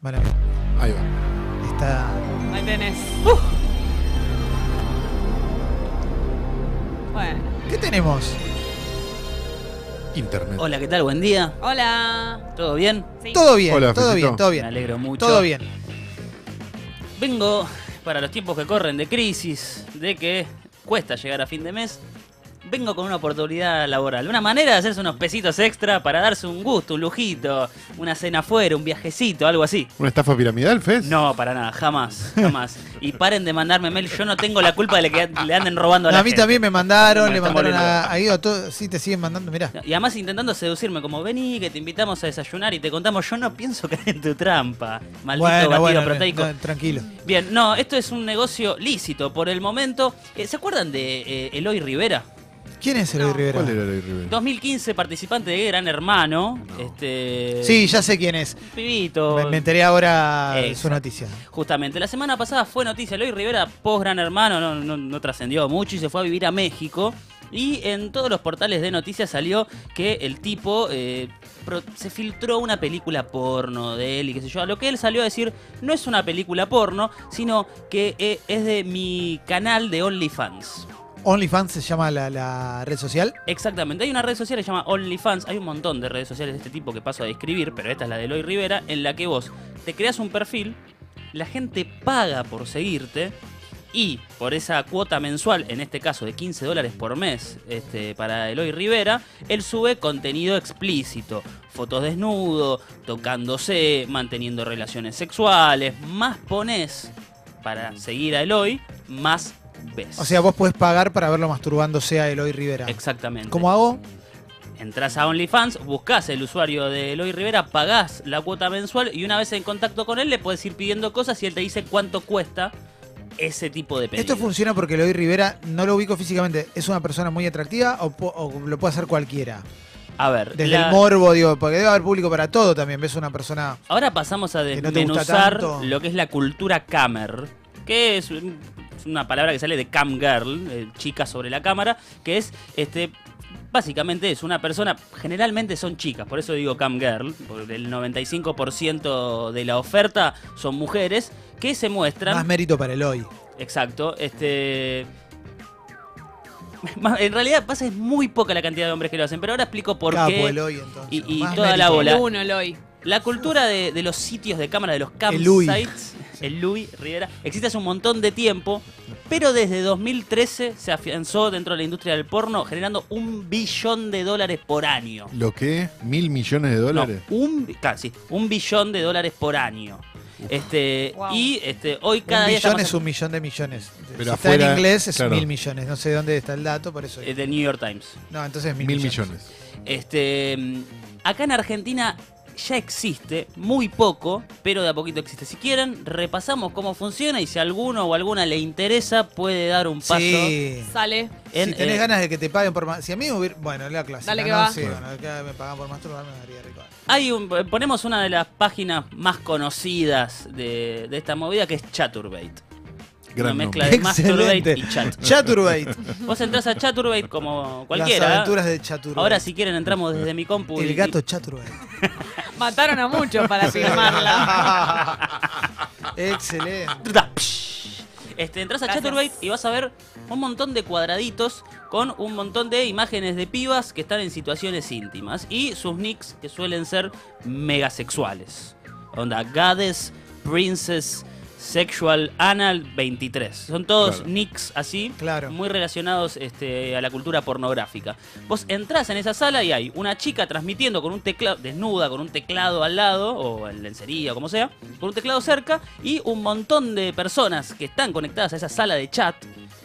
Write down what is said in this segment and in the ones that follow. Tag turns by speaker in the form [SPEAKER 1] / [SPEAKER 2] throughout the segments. [SPEAKER 1] Vale, amigo.
[SPEAKER 2] Ahí va.
[SPEAKER 1] Está.
[SPEAKER 3] Ahí tenés. ¡Uf! Bueno.
[SPEAKER 1] ¿Qué tenemos?
[SPEAKER 2] Internet.
[SPEAKER 4] Hola, ¿qué tal? Buen día.
[SPEAKER 3] Hola.
[SPEAKER 4] ¿Todo bien?
[SPEAKER 3] Sí.
[SPEAKER 1] Todo bien,
[SPEAKER 2] Hola,
[SPEAKER 1] todo
[SPEAKER 2] Fecito.
[SPEAKER 1] bien, todo
[SPEAKER 4] Me
[SPEAKER 1] bien.
[SPEAKER 4] alegro mucho.
[SPEAKER 1] Todo bien.
[SPEAKER 4] Vengo para los tiempos que corren de crisis, de que cuesta llegar a fin de mes. Vengo con una oportunidad laboral, una manera de hacerse unos pesitos extra para darse un gusto, un lujito, una cena afuera, un viajecito, algo así.
[SPEAKER 2] ¿Una estafa piramidal, Fez?
[SPEAKER 4] No, para nada, jamás, jamás. Y paren de mandarme mail, yo no tengo la culpa de que le anden robando a la
[SPEAKER 1] a mí
[SPEAKER 4] gente.
[SPEAKER 1] también me mandaron,
[SPEAKER 4] Me
[SPEAKER 1] le
[SPEAKER 4] está
[SPEAKER 1] mandaron a,
[SPEAKER 4] moliendo.
[SPEAKER 1] a Guido, todo- sí, te siguen mandando, mirá.
[SPEAKER 4] Y además intentando seducirme, como vení, que te invitamos a desayunar y te contamos, yo no pienso caer en tu trampa. Maldito batido proteico.
[SPEAKER 1] no, tranquilo.
[SPEAKER 4] Bien, no, esto es un negocio lícito por el momento. Eh, ¿Se acuerdan de eh, Eloy Rivera?
[SPEAKER 1] ¿Quién es Eloy
[SPEAKER 3] No.
[SPEAKER 1] Rivera?
[SPEAKER 2] ¿Cuál era el Rivera?
[SPEAKER 4] 2015, participante de Gran Hermano. Este,
[SPEAKER 1] Sí, ya sé quién es.
[SPEAKER 4] un Pibito.
[SPEAKER 1] Me, me enteré ahora de
[SPEAKER 4] Exacto.
[SPEAKER 1] su noticia.
[SPEAKER 4] Justamente, la semana pasada fue noticia. Eloy Rivera, post Gran Hermano, no, no- no trascendió mucho y se fue a vivir a México. Y en todos los portales de noticias salió que el tipo eh, pro- se filtró una película porno de él y qué sé yo. A lo que él salió a decir, no es una película porno, sino que eh, es de mi canal de OnlyFans.
[SPEAKER 1] OnlyFans se llama la, la red social.
[SPEAKER 4] Exactamente, hay una red social que se llama OnlyFans, hay un montón de redes sociales de este tipo que paso a describir, pero esta es la de Eloy Rivera, en la que vos te creas un perfil, la gente paga por seguirte y por esa cuota mensual, en este caso de 15 dólares por mes este, para Eloy Rivera, él sube contenido explícito, fotos desnudo, tocándose, manteniendo relaciones sexuales, más pones para seguir a Eloy, más ves.
[SPEAKER 1] O sea, vos podés pagar para verlo masturbándose a Eloy Rivera.
[SPEAKER 4] Exactamente.
[SPEAKER 1] ¿Cómo hago?
[SPEAKER 4] Entrás a OnlyFans, buscás el usuario de Eloy Rivera, pagás la cuota mensual y una vez en contacto con él le puedes ir pidiendo cosas y él te dice cuánto cuesta ese tipo de pedido.
[SPEAKER 1] Esto funciona porque Eloy Rivera no lo ubico físicamente. ¿Es una persona muy atractiva o, po- o lo puede hacer cualquiera?
[SPEAKER 4] A ver,
[SPEAKER 1] Desde
[SPEAKER 4] la-
[SPEAKER 1] el morbo, digo, porque debe haber público para todo también. Ves una persona.
[SPEAKER 4] ahora pasamos a
[SPEAKER 1] Que no te gusta
[SPEAKER 4] desmenuzar
[SPEAKER 1] tanto.
[SPEAKER 4] lo que es la cultura camer, que es un- es una palabra que sale de cam girl, eh, chica sobre la cámara, que es este básicamente es una persona, generalmente son chicas, por eso digo cam girl, porque el 95% de la oferta son mujeres que se muestran
[SPEAKER 1] Más mérito para Eloy.
[SPEAKER 4] Exacto. Este. En realidad pasa es muy poca la cantidad de hombres que lo hacen, pero ahora explico por
[SPEAKER 1] Capo
[SPEAKER 4] qué.
[SPEAKER 1] Eloy, pues entonces.
[SPEAKER 4] Y- y
[SPEAKER 1] Más
[SPEAKER 4] toda la
[SPEAKER 1] mérito.
[SPEAKER 4] bola.
[SPEAKER 3] El uno, Eloy.
[SPEAKER 4] La cultura de, de los sitios de cámara, de los
[SPEAKER 1] El Louis.
[SPEAKER 4] campsites, el Louis Rivera, existe hace un montón de tiempo, pero desde 2013 se afianzó dentro de la industria del porno generando un billón de dólares por año.
[SPEAKER 2] ¿Lo que? ¿Mil millones de
[SPEAKER 4] No,
[SPEAKER 2] dólares?
[SPEAKER 4] un, bi- casi, un billón de dólares por año. Este,
[SPEAKER 3] Wow.
[SPEAKER 4] Y este, hoy
[SPEAKER 1] Un
[SPEAKER 4] cada día está
[SPEAKER 1] millón
[SPEAKER 4] más-
[SPEAKER 1] es un millón de millones.
[SPEAKER 2] Pero
[SPEAKER 1] si está
[SPEAKER 2] afuera,
[SPEAKER 1] en inglés es
[SPEAKER 2] claro.
[SPEAKER 1] mil millones. No sé dónde está el dato, por eso.
[SPEAKER 4] eh, de New York Times.
[SPEAKER 1] No, entonces es mil,
[SPEAKER 2] Mil,
[SPEAKER 1] millones.
[SPEAKER 2] millones.
[SPEAKER 4] Este, mm, acá en Argentina ya existe, muy poco, pero de a poquito existe. Si quieren, repasamos cómo funciona y si a alguno o alguna le interesa, puede dar un paso.
[SPEAKER 1] Sí.
[SPEAKER 3] Sale.
[SPEAKER 4] en,
[SPEAKER 1] si tenés
[SPEAKER 4] eh,
[SPEAKER 1] ganas de que te paguen por más. Si a mí me hubiera. Bueno, la clase.
[SPEAKER 3] Dale
[SPEAKER 1] ¿no?
[SPEAKER 3] que
[SPEAKER 1] No,
[SPEAKER 3] va.
[SPEAKER 1] sí,
[SPEAKER 2] Bueno.
[SPEAKER 1] bueno, acá me pagan por masturbarme, me daría rico.
[SPEAKER 4] hay un- ponemos una de las páginas más conocidas de, de esta movida que es Chaturbate.
[SPEAKER 2] Gran
[SPEAKER 4] una mezcla
[SPEAKER 1] nombre.
[SPEAKER 4] de Masturbate
[SPEAKER 1] Excelente.
[SPEAKER 4] y Chat.
[SPEAKER 1] Chaturbate.
[SPEAKER 4] Vos entrás a Chaturbate como
[SPEAKER 1] Las
[SPEAKER 4] cualquiera. ¿eh?
[SPEAKER 1] aventuras de Chaturbate.
[SPEAKER 4] Ahora si quieren entramos desde mi compu. y-
[SPEAKER 1] El gato Chaturbate.
[SPEAKER 3] Mataron a muchos para firmarla.
[SPEAKER 1] Excelente.
[SPEAKER 4] Este, entras a
[SPEAKER 3] Gracias.
[SPEAKER 4] Chaturbate y vas a ver un montón de cuadraditos con un montón de imágenes de pibas que están en situaciones íntimas y sus nicks que suelen ser megasexuales. Onda, Goddess, Princess, Sexual, Anal 23. Son todos
[SPEAKER 2] Claro.
[SPEAKER 4] nicks así,
[SPEAKER 1] Claro.
[SPEAKER 4] muy relacionados este, a la cultura pornográfica. Vos entrás en esa sala y hay una chica transmitiendo con un teclado, desnuda, con un teclado al lado, o en lencería, o como sea, con un teclado cerca, y un montón de personas que están conectadas a esa sala de chat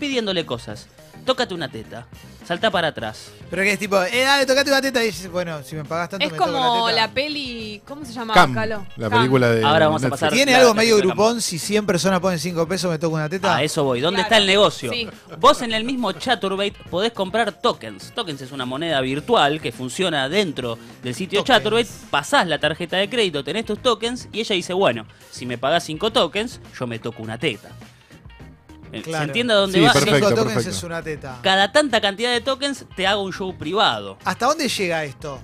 [SPEAKER 4] pidiéndole cosas. Tócate una teta, salta para atrás.
[SPEAKER 1] Pero que es tipo, eh, dale, tocate una teta. Y dices, bueno, si me pagas tanto,
[SPEAKER 3] Es
[SPEAKER 1] me toco
[SPEAKER 3] como
[SPEAKER 1] la
[SPEAKER 3] la
[SPEAKER 1] teta.
[SPEAKER 3] peli. ¿Cómo se llama?
[SPEAKER 2] Cam,
[SPEAKER 3] Calo?
[SPEAKER 2] la
[SPEAKER 3] Cam.
[SPEAKER 2] película de
[SPEAKER 4] Ahora vamos a
[SPEAKER 2] Netflix.
[SPEAKER 4] pasar-
[SPEAKER 1] ¿Tiene
[SPEAKER 4] la-
[SPEAKER 1] algo
[SPEAKER 4] la
[SPEAKER 1] medio
[SPEAKER 4] película
[SPEAKER 1] grupón? Si 100 personas ponen 5 pesos, me toco una teta.
[SPEAKER 4] A Ah, eso voy. ¿Dónde
[SPEAKER 3] Claro.
[SPEAKER 4] está el negocio?
[SPEAKER 3] Sí.
[SPEAKER 4] Vos en el mismo Chaturbate podés comprar tokens. Tokens es una moneda virtual que funciona dentro del sitio
[SPEAKER 1] Tokens.
[SPEAKER 4] Chaturbate. Pasás la tarjeta de crédito, tenés tus tokens y ella dice, bueno, si me pagás 5 tokens, yo me toco una teta. Eh,
[SPEAKER 1] Claro.
[SPEAKER 4] ¿Se entiende a dónde
[SPEAKER 2] Sí,
[SPEAKER 4] va?
[SPEAKER 1] Cinco
[SPEAKER 2] perfecto,
[SPEAKER 1] tokens
[SPEAKER 2] perfecto.
[SPEAKER 1] es una teta.
[SPEAKER 4] Cada tanta cantidad de tokens te hago un show privado.
[SPEAKER 1] ¿Hasta dónde llega esto?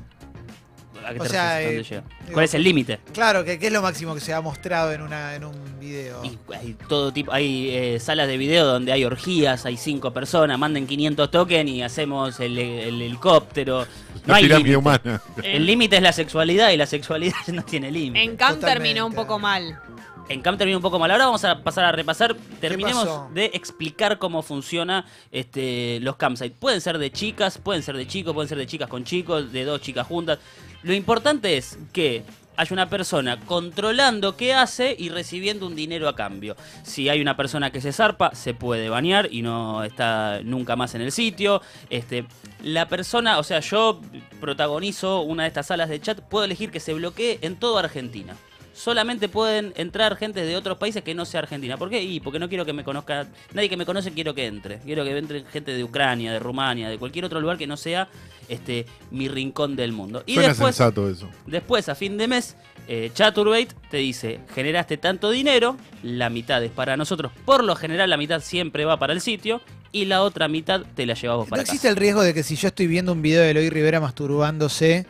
[SPEAKER 4] ¿A qué
[SPEAKER 1] O
[SPEAKER 4] te
[SPEAKER 1] sea,
[SPEAKER 4] refieres? ¿Dónde
[SPEAKER 1] eh,
[SPEAKER 4] llega?
[SPEAKER 1] digo-
[SPEAKER 4] ¿Cuál es el límite?
[SPEAKER 1] Claro, que, que es lo máximo que se ha mostrado en, una, en un video.
[SPEAKER 4] Y hay todo tipo, hay eh, salas de video donde hay orgías, hay cinco personas, manden 500 tokens y hacemos el, el helicóptero. No
[SPEAKER 2] La
[SPEAKER 4] hay
[SPEAKER 2] pirámide
[SPEAKER 4] límite.
[SPEAKER 2] humana.
[SPEAKER 4] El límite es la sexualidad y la sexualidad no tiene límite.
[SPEAKER 3] En Cam
[SPEAKER 1] Totalmente.
[SPEAKER 3] terminó un poco mal.
[SPEAKER 4] En Camp termina un poco mal. Ahora vamos a pasar a repasar.
[SPEAKER 1] pasó?
[SPEAKER 4] Terminemos de explicar cómo funciona este, los campsites. Pueden ser de chicas, pueden ser de chicos, pueden ser de chicas con chicos, de dos chicas juntas. Lo importante es que haya una persona controlando qué hace y recibiendo un dinero a cambio. Si hay una persona que se zarpa, se puede bañar y no está nunca más en el sitio. Este, la persona, o sea, yo protagonizo una de estas salas de chat, puedo elegir que se bloquee en toda Argentina solamente pueden entrar gente de otros países que no sea Argentina. ¿Por qué? Y porque no quiero que me conozca, nadie que me conoce quiero que entre. Quiero que entre gente de Ucrania, de Rumania, de cualquier otro lugar que no sea este mi rincón del mundo. Y
[SPEAKER 2] Suena
[SPEAKER 4] después,
[SPEAKER 2] sensato eso.
[SPEAKER 4] después, a fin de mes, eh, Chaturbate te dice, generaste tanto dinero, la mitad es para nosotros. Por lo general, la mitad siempre va para el sitio y la otra mitad te la llevamos
[SPEAKER 1] ¿No
[SPEAKER 4] para
[SPEAKER 1] existe
[SPEAKER 4] casa.
[SPEAKER 1] el riesgo de que si yo estoy viendo un video de Eloy Rivera masturbándose,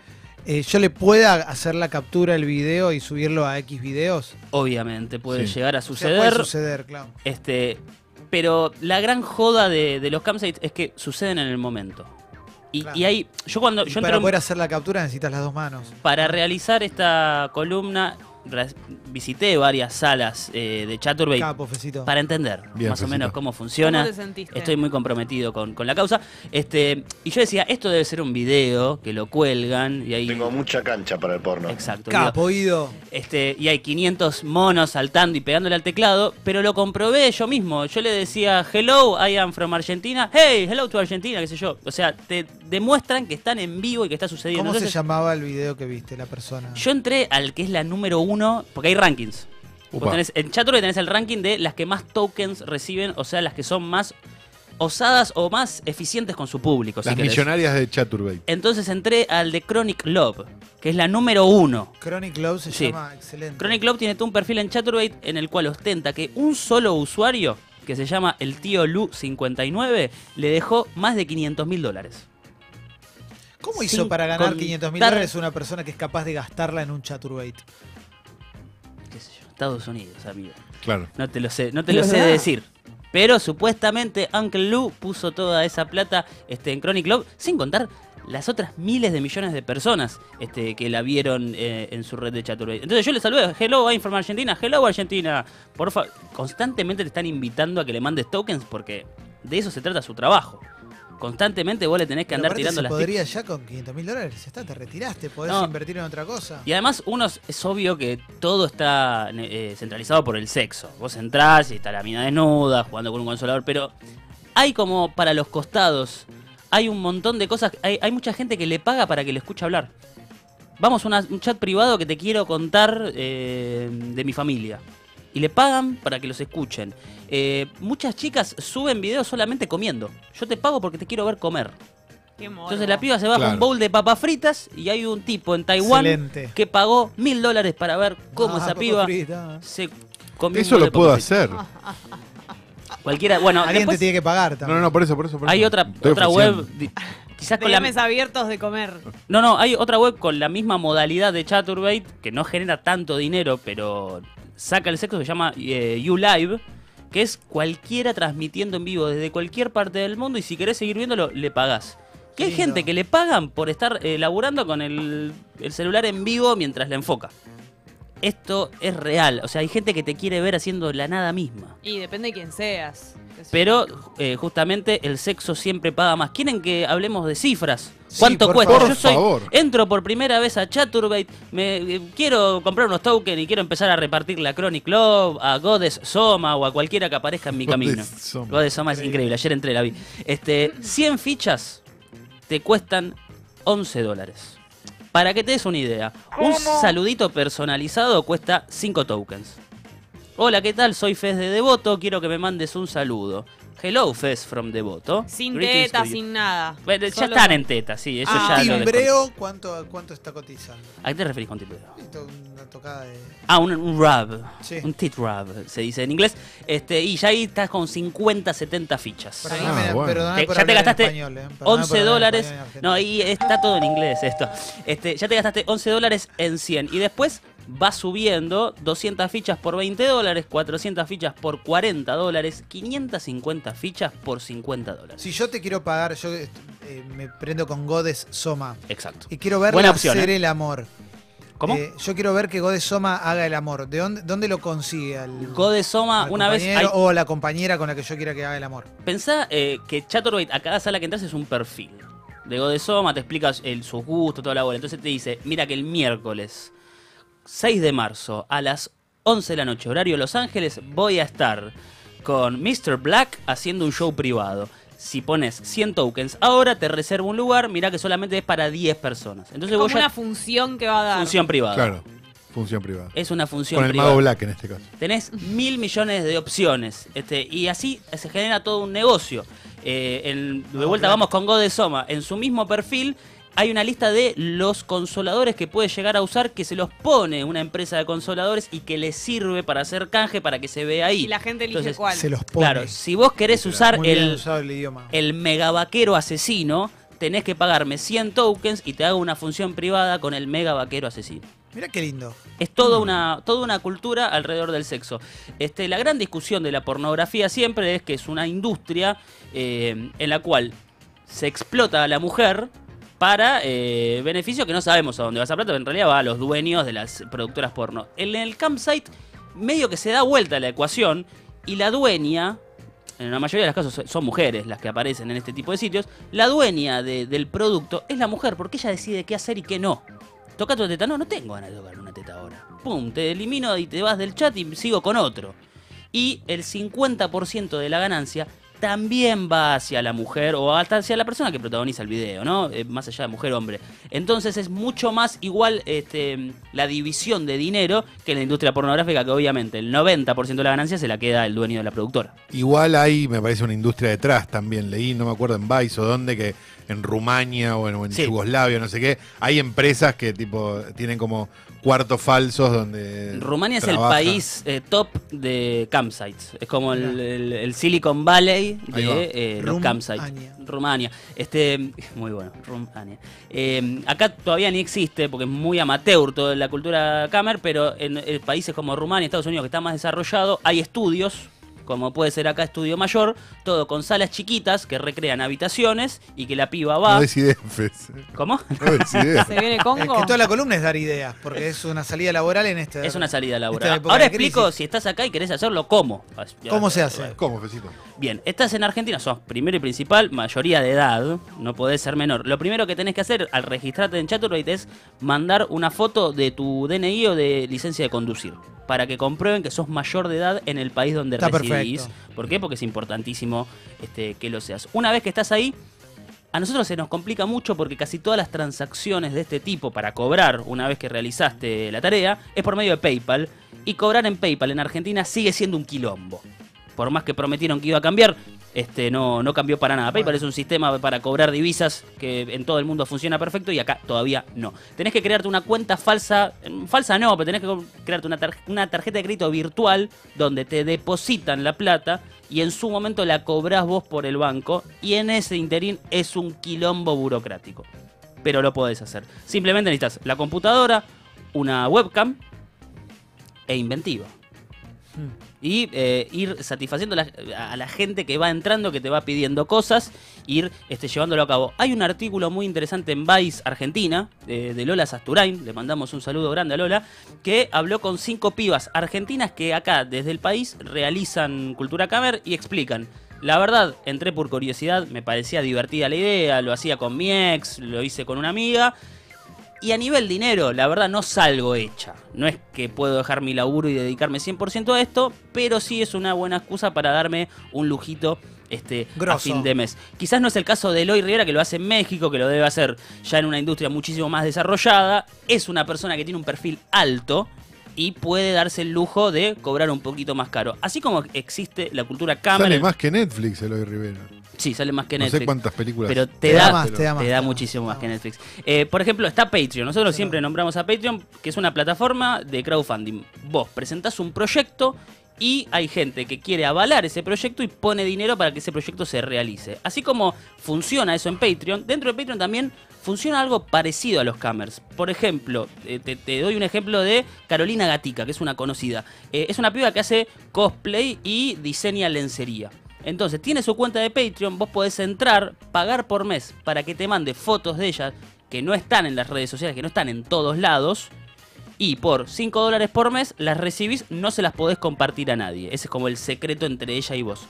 [SPEAKER 1] eh, yo le pueda hacer la captura del video y subirlo a X videos?
[SPEAKER 4] Obviamente, puede
[SPEAKER 2] Sí.
[SPEAKER 4] llegar a
[SPEAKER 1] O sea,
[SPEAKER 4] suceder.
[SPEAKER 1] puede suceder, claro.
[SPEAKER 4] Este, pero la gran joda de, de los campsites es que suceden en el momento. Y,
[SPEAKER 1] Claro.
[SPEAKER 4] y ahí, yo cuando
[SPEAKER 1] Y
[SPEAKER 4] yo
[SPEAKER 1] para
[SPEAKER 4] entro
[SPEAKER 1] poder
[SPEAKER 4] para,
[SPEAKER 1] hacer la captura necesitas las dos manos.
[SPEAKER 4] realizar esta columna ras- visité varias salas eh, de Chaturbate
[SPEAKER 1] Capo, Fecito.
[SPEAKER 4] para entender
[SPEAKER 2] Bien,
[SPEAKER 4] más o
[SPEAKER 2] Fecita.
[SPEAKER 4] menos cómo
[SPEAKER 3] ¿Cómo
[SPEAKER 4] funciona.
[SPEAKER 3] te sentiste?
[SPEAKER 4] Estoy muy comprometido con, con la causa. Este, y yo decía, esto debe ser un video que lo cuelgan y ahí
[SPEAKER 5] Tengo mucha cancha para el porno.
[SPEAKER 4] Exacto. digo,
[SPEAKER 1] Capo, Ido.
[SPEAKER 4] Este, y hay 500 monos saltando y pegándole al teclado, pero lo comprobé yo mismo. Yo le decía, hello, I am from Argentina, hey, hello to Argentina, qué sé yo. O sea, te demuestran que están en vivo y que está sucediendo.
[SPEAKER 1] ¿Cómo
[SPEAKER 4] Entonces,
[SPEAKER 1] se llamaba el video que viste, la persona?
[SPEAKER 4] Yo entré al que es la número uno, porque hay rankings. Vos
[SPEAKER 2] Upa.
[SPEAKER 4] tenés- en Chatroulette tenés el ranking de las que más tokens reciben, o sea, las que son más osadas o más eficientes con su público. si
[SPEAKER 2] Las
[SPEAKER 4] querés. Eh,
[SPEAKER 2] millonarias de Chaturbate.
[SPEAKER 4] Entonces entré al de Chronic Love, que es la número uno.
[SPEAKER 1] Chronic Love se
[SPEAKER 4] Sí.
[SPEAKER 1] llama, excelente.
[SPEAKER 4] Chronic Love tiene todo un perfil en Chaturbate en el cual ostenta que un solo usuario, que se llama el tío Lu59, le dejó más de 500 mil dólares.
[SPEAKER 1] ¿Cómo
[SPEAKER 4] sin
[SPEAKER 1] hizo para ganar 500 mil
[SPEAKER 4] contar-
[SPEAKER 1] dólares una persona que es capaz de gastarla en un chaturbate?
[SPEAKER 4] ¿Qué sé yo? Estados Unidos, amigo.
[SPEAKER 2] Claro.
[SPEAKER 4] No te lo sé, no te lo sé de decir. Pero supuestamente Uncle Lu puso toda esa plata este, en Chronic Love, sin contar las otras miles de millones de personas este, que la vieron eh, en su red de Chaturbate. Entonces yo le saludé, hello, I'm from Argentina, hello Argentina. Por favor, constantemente te están invitando a que le mandes tokens porque de eso se trata su trabajo. Constantemente vos le tenés que
[SPEAKER 1] Pero
[SPEAKER 4] andar
[SPEAKER 1] aparte
[SPEAKER 4] tirando
[SPEAKER 1] se
[SPEAKER 4] las
[SPEAKER 1] podría ya con 500 mil dólares, ya está, te retiraste, podés
[SPEAKER 4] No.
[SPEAKER 1] invertir en otra cosa.
[SPEAKER 4] Y además, uno es- es obvio que todo está eh, centralizado por el sexo. Vos entrás y está la mina desnuda, jugando con un consolador, pero hay como para los costados, hay un montón de cosas, hay, hay mucha gente que le paga para que le escuche hablar. Vamos a una- un chat privado que te quiero contar eh, de mi familia. Y le pagan para que los escuchen. Eh, muchas chicas suben videos solamente comiendo. Yo te pago porque te quiero ver comer.
[SPEAKER 3] Qué morbo.
[SPEAKER 4] Entonces la piba se baja
[SPEAKER 2] Claro.
[SPEAKER 4] un bowl de papas fritas y hay un tipo en Taiwán
[SPEAKER 1] Excelente.
[SPEAKER 4] que pagó mil dólares para ver cómo
[SPEAKER 1] Ah,
[SPEAKER 4] esa
[SPEAKER 1] papas
[SPEAKER 4] piba
[SPEAKER 1] fritas.
[SPEAKER 4] se comió. un
[SPEAKER 2] Eso
[SPEAKER 4] bowl
[SPEAKER 2] lo
[SPEAKER 4] de
[SPEAKER 2] puedo
[SPEAKER 4] papas
[SPEAKER 2] hacer.
[SPEAKER 3] Ah,
[SPEAKER 4] fritas. Cualquiera, bueno,
[SPEAKER 1] Alguien
[SPEAKER 4] después
[SPEAKER 1] te tiene que pagar
[SPEAKER 2] No,
[SPEAKER 1] también.
[SPEAKER 2] no, no, por eso, por eso. por
[SPEAKER 4] hay
[SPEAKER 2] eso.
[SPEAKER 4] otra,
[SPEAKER 2] Estoy
[SPEAKER 4] otra
[SPEAKER 2] ofreciendo.
[SPEAKER 4] web, di- quizás con la,
[SPEAKER 3] Teníamos abiertos de comer.
[SPEAKER 4] no, no, hay otra web con la misma modalidad de Chaturbate que no genera tanto dinero, pero saca el sexo, se llama eh, YouLive, que es cualquiera transmitiendo en vivo desde cualquier parte del mundo y si querés seguir viéndolo, le pagás. Que hay
[SPEAKER 1] Lindo.
[SPEAKER 4] gente que le pagan por estar eh, laburando con el, el celular en vivo mientras la enfoca. Esto es real, o sea, hay gente que te quiere ver haciendo la nada misma.
[SPEAKER 3] Y depende de quién seas. Qué sé
[SPEAKER 4] Pero eh, justamente el sexo siempre paga más. ¿Quieren que hablemos de cifras?
[SPEAKER 1] Sí,
[SPEAKER 4] ¿Cuánto
[SPEAKER 1] por
[SPEAKER 4] cuesta?
[SPEAKER 1] favor.
[SPEAKER 4] Yo soy,
[SPEAKER 2] Por favor.
[SPEAKER 4] entro por primera vez a Chaturbate, me, eh, quiero comprar unos tokens y quiero empezar a repartir la Chronic Love, a Goddess Soma o a cualquiera que aparezca en mi
[SPEAKER 2] Goddess
[SPEAKER 4] camino.
[SPEAKER 2] Soma.
[SPEAKER 4] Goddess Soma es increíble, ayer entré la vi. Este, 100 fichas te cuestan 11 dólares. Para que te des una idea, un saludito personalizado cuesta 5 tokens. Hola, ¿qué tal? Soy Fez de Devoto, quiero que me mandes un saludo. Hello Fest from Devoto.
[SPEAKER 3] Sin
[SPEAKER 4] Greetings
[SPEAKER 3] teta,
[SPEAKER 4] to you.
[SPEAKER 3] sin nada.
[SPEAKER 4] Bueno, ya
[SPEAKER 3] Solo-
[SPEAKER 4] están en teta, sí, eso
[SPEAKER 3] Ah.
[SPEAKER 4] ya lo
[SPEAKER 1] Timbreo, ¿cuánto, ¿cuánto está cotizando?
[SPEAKER 4] desconozco. ¿A qué te referís con timbreo?
[SPEAKER 1] Esto, Una tocada de.
[SPEAKER 4] Ah, un, un rub,
[SPEAKER 1] Sí.
[SPEAKER 4] un tit rub, se dice en inglés. Este, y ya ahí estás con 50, 70 fichas.
[SPEAKER 1] Perdóname,
[SPEAKER 2] Ah, bueno.
[SPEAKER 1] perdóname
[SPEAKER 4] Te-
[SPEAKER 1] Ah, por
[SPEAKER 4] ya te
[SPEAKER 1] hablar en
[SPEAKER 4] gastaste
[SPEAKER 1] español, eh. Perdóname por
[SPEAKER 4] 11
[SPEAKER 1] hablar en
[SPEAKER 4] dólares.
[SPEAKER 1] español en
[SPEAKER 4] No,
[SPEAKER 1] Argentina.
[SPEAKER 4] ahí está todo en inglés esto. Este, ya te gastaste 11 dólares en 100. Y después va subiendo 200 fichas por 20 dólares, 400 fichas por 40 dólares, 550 fichas por 50 dólares.
[SPEAKER 1] Si yo te quiero pagar, yo eh, me prendo con Godes Soma
[SPEAKER 4] Exacto.
[SPEAKER 1] y quiero verla
[SPEAKER 4] Buena opción,
[SPEAKER 1] hacer
[SPEAKER 4] ¿eh?
[SPEAKER 1] el amor.
[SPEAKER 4] ¿Cómo?
[SPEAKER 1] Eh, yo quiero ver que Godes Soma haga el amor. ¿De dónde, dónde lo consigue? Al,
[SPEAKER 4] Godesoma,
[SPEAKER 1] al
[SPEAKER 4] una vez.
[SPEAKER 1] compañero
[SPEAKER 4] hay-
[SPEAKER 1] O la compañera con la que yo quiera que haga el amor.
[SPEAKER 4] Pensá eh, que Chatorbate a cada sala que entras es un perfil. De Godesoma te explica el, sus gustos, toda la bola. Entonces te dice, mira que el miércoles 6 de marzo a las 11 de la noche, horario Los Ángeles, voy a estar con Mr. Black haciendo un show privado. Si pones 100 tokens ahora, te reservo un lugar, mira que solamente es para 10 personas. Entonces
[SPEAKER 3] Como
[SPEAKER 4] voy
[SPEAKER 3] una
[SPEAKER 4] a
[SPEAKER 3] función que va a dar.
[SPEAKER 4] función privada.
[SPEAKER 2] Claro, función privada.
[SPEAKER 4] Es una función
[SPEAKER 2] Con el
[SPEAKER 4] privada.
[SPEAKER 2] mago Black en este caso.
[SPEAKER 4] Tenés mil millones de opciones. Este, y así se genera todo un negocio. Eh, en- de
[SPEAKER 1] Ah,
[SPEAKER 4] vuelta
[SPEAKER 1] claro.
[SPEAKER 4] vamos con Godesoma. En su mismo perfil hay una lista de los consoladores que puede llegar a usar que se los pone una empresa de consoladores y que les sirve para hacer canje para que se vea ahí.
[SPEAKER 3] Y la gente elige
[SPEAKER 4] Entonces,
[SPEAKER 3] cuál.
[SPEAKER 1] Se los pone.
[SPEAKER 4] Claro, si vos querés usar
[SPEAKER 1] Muy bien
[SPEAKER 4] el,
[SPEAKER 1] usado el idioma.
[SPEAKER 4] el megavaquero asesino, tenés que pagarme 100 tokens y te hago una función privada con el megavaquero asesino.
[SPEAKER 1] Mira qué lindo.
[SPEAKER 4] Es toda una, toda una cultura alrededor del sexo. Este, la gran discusión de la pornografía siempre es que es una industria eh, en la cual se explota a la mujer para eh, beneficio que no sabemos a dónde va esa plata, pero en realidad va a los dueños de las productoras porno. En el campsite medio que se da vuelta la ecuación y la dueña, en la mayoría de los casos son mujeres las que aparecen en este tipo de sitios, la dueña de- del producto es la mujer porque ella decide qué hacer y qué no. Toca tu teta, no, no tengo ganas de tocar una teta ahora. Pum, te elimino y te vas del chat y sigo con otro. Y el 50% de la ganancia también va hacia la mujer o hasta hacia la persona que protagoniza el video, ¿no? Eh, más allá de mujer-hombre. Entonces es mucho más igual este, la división de dinero que en la industria pornográfica, que obviamente el 90% de la ganancia se la queda el dueño de la productora.
[SPEAKER 2] Igual hay, me parece, una industria detrás también. Leí, no me acuerdo en Vice o dónde, que en Rumania o en, o en
[SPEAKER 4] Sí.
[SPEAKER 2] Yugoslavia, no sé qué, hay empresas que tipo tienen como cuartos falsos donde.
[SPEAKER 4] Rumania es el
[SPEAKER 2] Eh, trabaja.
[SPEAKER 4] país eh, top de campsites. Es como el, el- el Silicon Valley
[SPEAKER 2] Ahí va.
[SPEAKER 4] de eh, los campsites.
[SPEAKER 1] Rumania.
[SPEAKER 4] Rumania. Este, muy bueno, Rumania. Eh, acá todavía ni existe porque es muy amateur toda la cultura Camer, pero en, eh, países como Rumania, Estados Unidos, que está más desarrollado, hay estudios. Como puede ser acá Estudio Mayor, todo con salas chiquitas que recrean habitaciones y que la piba va.
[SPEAKER 2] No des ideas, Fez.
[SPEAKER 4] ¿Cómo?
[SPEAKER 2] No des ideas.
[SPEAKER 3] Se viene
[SPEAKER 1] Es que
[SPEAKER 3] Congo.
[SPEAKER 1] toda la columna es dar ideas, porque es una salida laboral en este.
[SPEAKER 4] Es una salida
[SPEAKER 1] Esta
[SPEAKER 4] laboral.
[SPEAKER 1] época
[SPEAKER 4] Ahora
[SPEAKER 1] de crisis.
[SPEAKER 4] explico si estás acá y querés hacerlo, ¿cómo?
[SPEAKER 1] ¿Cómo se hace?
[SPEAKER 2] ¿Cómo, Fecito?
[SPEAKER 4] Bien, estás en Argentina, sos primero y principal, mayoría de edad, no podés ser menor. Lo primero que tenés que hacer al registrarte en Chaturbate es mandar una foto de tu DNI o de licencia de conducir, para que comprueben que sos mayor de edad en el país donde
[SPEAKER 1] Está
[SPEAKER 4] residís.
[SPEAKER 1] perfecto.
[SPEAKER 4] ¿Por qué? Porque es importantísimo este, que lo seas. Una vez que estás ahí, a nosotros se nos complica mucho porque casi todas las transacciones de este tipo para cobrar una vez que realizaste la tarea es por medio de PayPal. Y cobrar en PayPal en Argentina sigue siendo un quilombo. Por más que prometieron que iba a cambiar, este no, no cambió para nada. PayPal
[SPEAKER 1] Bueno.
[SPEAKER 4] es un sistema para cobrar divisas que en todo el mundo funciona perfecto y acá todavía no. Tenés que crearte una cuenta falsa, mm, falsa no, pero tenés que crearte una, tar- una tarjeta de crédito virtual donde te depositan la plata y en su momento la cobrás vos por el banco y en ese interín es un quilombo burocrático. Pero lo podés hacer. Simplemente necesitas la computadora, una webcam e inventiva. Y eh, ir satisfaciendo la- a la gente que va entrando, que te va pidiendo cosas, ir este, llevándolo a cabo. Hay un artículo muy interesante en Vice Argentina, eh, de Lola Sasturain, le mandamos un saludo grande a Lola, que habló con cinco pibas argentinas que acá, desde el país, realizan Cultura Camer y explican. La verdad, entré por curiosidad, me parecía divertida la idea, lo hacía con mi ex, lo hice con una amiga, y a nivel dinero, la verdad no salgo hecha. No es que puedo dejar mi laburo y dedicarme 100% a esto, pero sí es una buena excusa para darme un lujito este, a
[SPEAKER 1] Grosso.
[SPEAKER 4] fin de mes. Quizás no es el caso de Eloy Rivera, que lo hace en México, que lo debe hacer ya en una industria muchísimo más desarrollada. Es una persona que tiene un perfil alto y puede darse el lujo de cobrar un poquito más caro. Así como existe la cultura
[SPEAKER 2] Sale
[SPEAKER 4] cámara.
[SPEAKER 2] más que Netflix Eloy Rivera.
[SPEAKER 4] Sí, sale más que
[SPEAKER 2] No sé
[SPEAKER 4] Netflix.
[SPEAKER 2] cuántas películas.
[SPEAKER 4] pero te
[SPEAKER 1] da
[SPEAKER 4] da-
[SPEAKER 1] más, te da más.
[SPEAKER 4] te da muchísimo más que Netflix. Eh, por ejemplo, está Patreon. Nosotros siempre nombramos a Patreon, que es una plataforma de crowdfunding. Vos presentás un proyecto y hay gente que quiere avalar ese proyecto y pone dinero para que ese proyecto se realice. Así como funciona eso en Patreon, dentro de Patreon también funciona algo parecido a los Camers. Por ejemplo, eh, te, te doy un ejemplo de Carolina Gatica, que es una conocida. Eh, es una piba que hace cosplay y diseña lencería. Entonces, tiene su cuenta de Patreon, vos podés entrar, pagar por mes para que te mande fotos de ellas que no están en las redes sociales, que no están en todos lados. Y por 5 dólares por mes las recibís, no se las podés compartir a nadie. Ese es como el secreto entre ella y vos.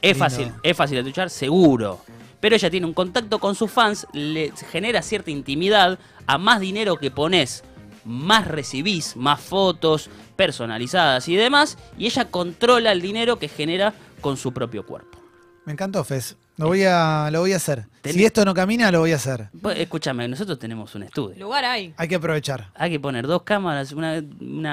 [SPEAKER 4] Es
[SPEAKER 1] Lindo.
[SPEAKER 4] fácil, es fácil de truchar, seguro. Pero ella tiene un contacto con sus fans, le genera cierta intimidad. A más dinero que pones, más recibís, más fotos personalizadas y demás. Y ella controla el dinero que genera con su propio cuerpo.
[SPEAKER 1] Me encantó, Fez. Lo voy a, lo voy a hacer.
[SPEAKER 4] Tenés-
[SPEAKER 1] Si esto no camina, lo voy a hacer.
[SPEAKER 4] Pues, escúchame, nosotros tenemos un estudio.
[SPEAKER 3] Lugar hay.
[SPEAKER 1] Hay que aprovechar.
[SPEAKER 4] Hay que poner dos cámaras, una, una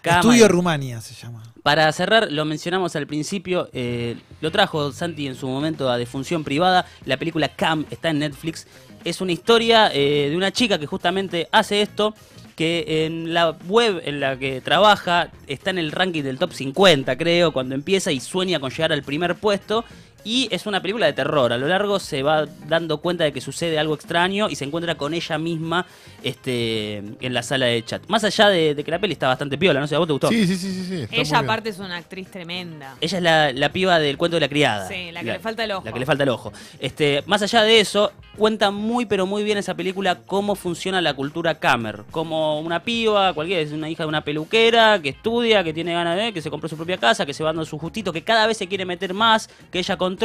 [SPEAKER 4] cámara.
[SPEAKER 1] Estudio Rumania se llama.
[SPEAKER 4] Para cerrar, lo mencionamos al principio, eh, lo trajo Santi en su momento a Defunción Privada, la película Cam está en Netflix, es una historia eh, de una chica que justamente hace esto, que en la web en la que trabaja está en el ranking del top 50 creo, cuando empieza y sueña con llegar al primer puesto. Y es una película de terror. A lo largo se va dando cuenta de que sucede algo extraño y se encuentra con ella misma este, en la sala de chat. Más allá de, de que la peli está bastante piola, no sé, ¿a vos te gustó?
[SPEAKER 2] Sí, sí, sí, sí. sí, está muy
[SPEAKER 3] Ella
[SPEAKER 2] bien.
[SPEAKER 3] aparte es una actriz tremenda.
[SPEAKER 4] Ella es la, la piba del cuento de la criada.
[SPEAKER 3] Sí, la que le falta el ojo.
[SPEAKER 4] La que le falta el ojo. Este, más allá de eso, cuenta muy pero muy bien esa película cómo funciona la cultura Camer. Como una piba, cualquiera, es una hija de una peluquera, que estudia, que tiene ganas de, que se compró su propia casa, que se va dando su justito, que cada vez se quiere meter más, que ella controla.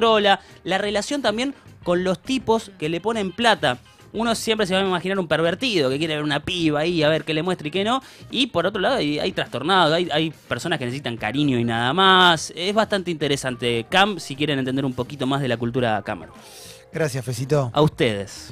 [SPEAKER 4] La relación también con los tipos que le ponen plata. Uno siempre se va a imaginar un pervertido que quiere ver una piba ahí, a ver qué le muestra y qué no. Y por otro lado, hay, hay trastornados, hay, hay personas que necesitan cariño y nada más. Es bastante interesante, Cam, si quieren entender un poquito más de la cultura Cameron.
[SPEAKER 1] Gracias, Fecito.
[SPEAKER 4] A ustedes.